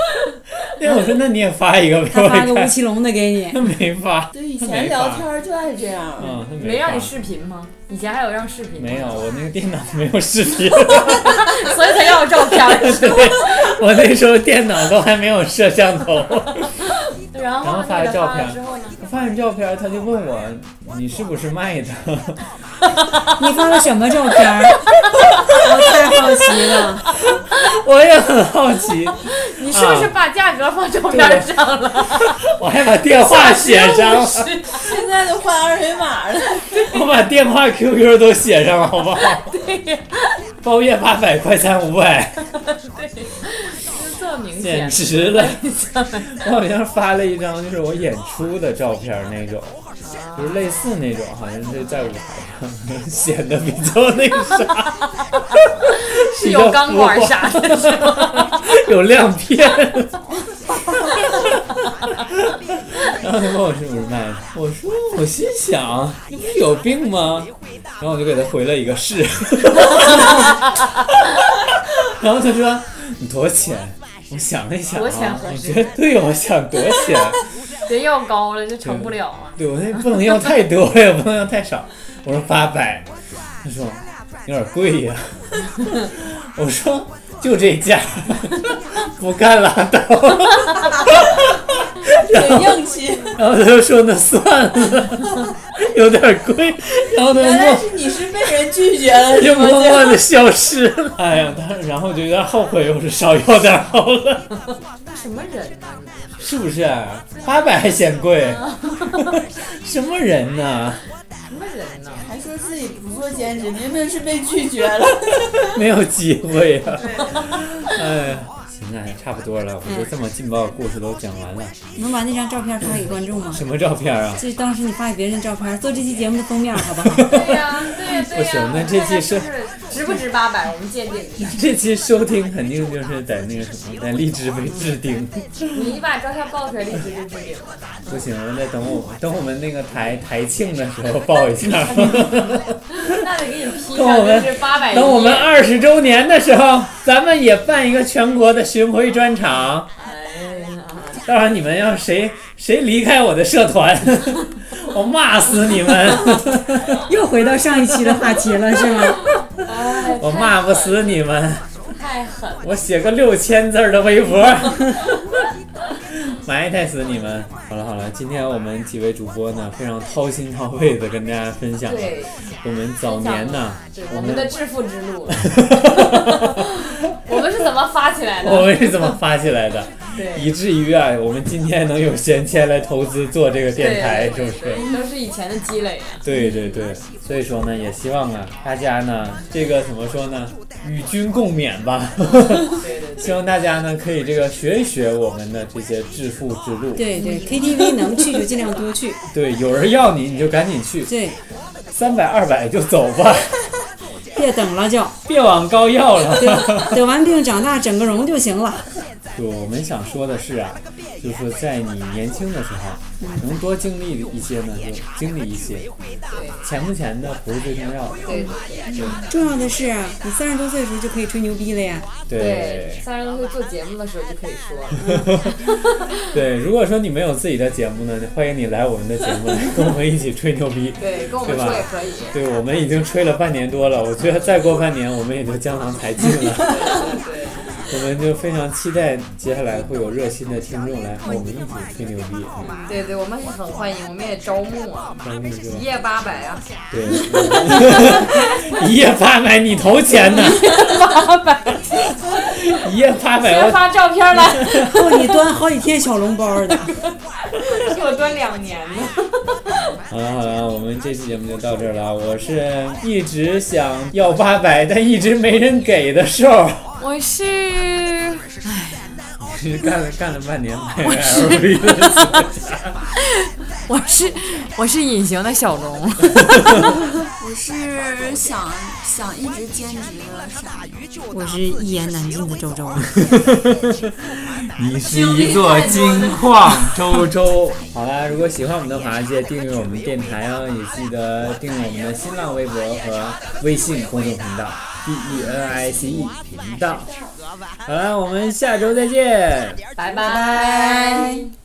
S2: 那我说那你也发一个呗，
S3: 他
S2: 我
S3: 发个吴
S2: 看
S3: 奇隆的给 [laughs] 你，
S2: 他没发，
S5: 对，以
S2: 他没
S5: 前聊
S2: 发
S5: 天儿就爱这样。
S2: 嗯，他
S4: 没
S2: 发
S4: 让你视频吗？以前还有让视频，
S2: 没有，，我那个电脑没有视频，
S4: 所以才要
S2: [laughs]
S4: 照片儿。
S2: 我那时候电脑都还没有摄像头。
S4: 然
S2: 然后
S4: 后
S2: 发
S4: 那
S2: 了
S4: 个
S2: 照
S4: 发
S2: 片
S4: 了之后呢？
S2: 我发完照片，他就问我你是不是卖的？
S3: 你发了什么照片 [laughs] 儿？我太好奇了，
S2: 我也很好奇，
S4: 你是
S2: 啊
S4: 不是把价格放照片上了？
S2: 我还把电话写上
S4: [laughs]
S2: 了，
S5: 现在都换二维码了，
S2: 我把电话、QQ 都写上了，好不好？包月八百，快餐五百，
S4: 这么明
S2: 简
S4: 显，
S2: 直了！我好像发了一张就是我演出的照片那种，就是类似那种，好像是在舞台上 [laughs] 显得比较那个啥，
S4: 是有钢管啥的，是吗？
S2: [laughs] 有亮
S4: [laughs]
S2: 片。然后他问我是不是卖的，我说我心想，你不是有病吗？然后我就给他回了一个
S4: [laughs]
S2: 是。然后他说你多少钱？我想了一想、啊，
S4: 多少钱合
S2: 我
S4: 适
S2: 觉得对，我想多少
S4: [laughs]
S2: 钱？
S4: 别要高了就成不了啊。
S2: 对我那不能要太多也不能要太少。我说八百，他说有点贵
S4: [laughs]
S2: 呀、我说就这价， [laughs] 不干拉倒。
S5: 挺硬气。
S2: 然后他就说那算了，有点贵。然后他就
S5: 原
S2: 默
S5: 来是你是被人拒
S2: [laughs]
S5: 绝了，
S2: 就是默
S5: 吗？结
S2: 默
S5: 果
S2: 的消失了。哎呀，当时然后我就有点后悔，我说少要点好了，
S4: 什么人
S2: 啊
S4: 呐、
S2: 是不是？八百还嫌 [laughs] 贵，什么人呢？
S4: 什么人呐、
S5: 还说自己不做兼职，明明是被拒绝了。
S2: 没有机会呀、哎呀，行啊，也差不多了，我就这么劲爆的故事都讲完了。
S3: [laughs] 能把那张照片发给观众吗？
S2: 什么照片啊？
S3: 这是当时你发给别人的照片儿，做这期节目的封面儿，好不好？ [laughs]
S4: 对呀、对呀、对呀、
S2: 不行那这期是
S4: 值不值八百？我们鉴定一下。
S2: [laughs] 这期收听肯定就是在那个什么，在荔枝被置顶。
S4: 你把照片爆出来，立即就置顶了。
S2: 不行，那等
S4: [laughs]
S2: 我等我们那个台台庆的时候报一下。
S4: 那得给你 P
S2: 等我
S4: 上，
S2: 们
S4: 就是八百。
S2: 等我们二十周年的时候，咱们也办一个全国的巡回专场。
S4: 哎呀，
S2: 到时候你们要谁谁离开我的社团， [laughs] 我骂死你
S4: [laughs]
S2: 们！
S3: 又回到上一期的话题了，是吗？
S4: 哎，
S2: 我骂不死你们！
S4: 太狠了。
S2: 我写个六千字儿的微博， [laughs] 埋汰死你们！好了好了，今天我们几位主播呢，非常掏心掏肺的跟大家分享了
S4: 对，
S2: 我们早年呢，
S4: 对我们的致富之路，我们是怎么发起 [laughs] 来的？
S2: 我们是怎么发起来的，
S4: 对
S2: 以至于啊，我们今天能有闲钱来投资做这个电台，是
S4: 对
S2: 不是？
S4: 对都是以前的积累啊。
S2: 对对对，所以说呢，也希望啊，大家呢，这个怎么说呢，与君共勉吧。
S4: 对对对，
S2: 希望大家呢，可以这个学一学我们的这些致富之路。
S3: [laughs] 对对，KTV 能去就尽量多去。
S2: 对，有人要你，你就赶紧去，
S3: 对，
S2: 三百二百就走
S4: [laughs]
S2: 吧，
S3: 别等了就，
S2: 别往高要了。
S3: [laughs] 得完病长大整个容就行了。
S2: 就我们想说的是啊，就是说在你年轻的时候，能多经历一些呢，就经历一些。钱不钱的不是最重要的。
S4: 对
S3: 重要的是啊，你三十多岁的时候就可以吹牛逼了 [laughs] 呀。
S4: 对，三十多岁做节目的时候就可以说了。
S2: 对，如果说你没有自己的节目呢，欢迎你来我们的节目，
S4: [laughs]
S2: 跟我们一起吹牛逼。
S4: 对，跟我们
S2: 对吧
S4: 说也可以。
S2: 对，我们已经吹了半年多了，我觉得再过半年我们也就江郎才尽了。
S4: 对，
S2: 我们就非常期待接下来会有热心的听众来和我们一起吹牛逼。嗯
S4: 对对，我们也很欢迎，我们也招募啊，
S2: 然后那个
S4: 一夜八百 [laughs] 啊，
S2: 对，一夜八百，你投钱呢？
S4: 八百，
S2: 一夜八百，
S4: 先
S2: 我
S4: 发照片来，
S3: 够你端好几天小笼包的。
S4: [laughs] 给我蹲两年呢。
S2: 好了好了，我们这期节目就到这儿了。我是一直想要八百，但一直没人给的瘦儿，
S4: 我是
S2: 是 [laughs] 干了干了半年买 [laughs] LV
S4: 我是我是隐形的小龙，
S5: 我是想想一直兼职的傻鱼，
S3: 我是一言难尽的周周。啊
S2: 你是一座金矿，周周。好啦，如果喜欢我们的话，记得订阅我们电台哦，也记得订阅我们的新浪微博和微信公众频道。 D E N I C E 频道。好了，我们下周再见。
S4: 拜拜。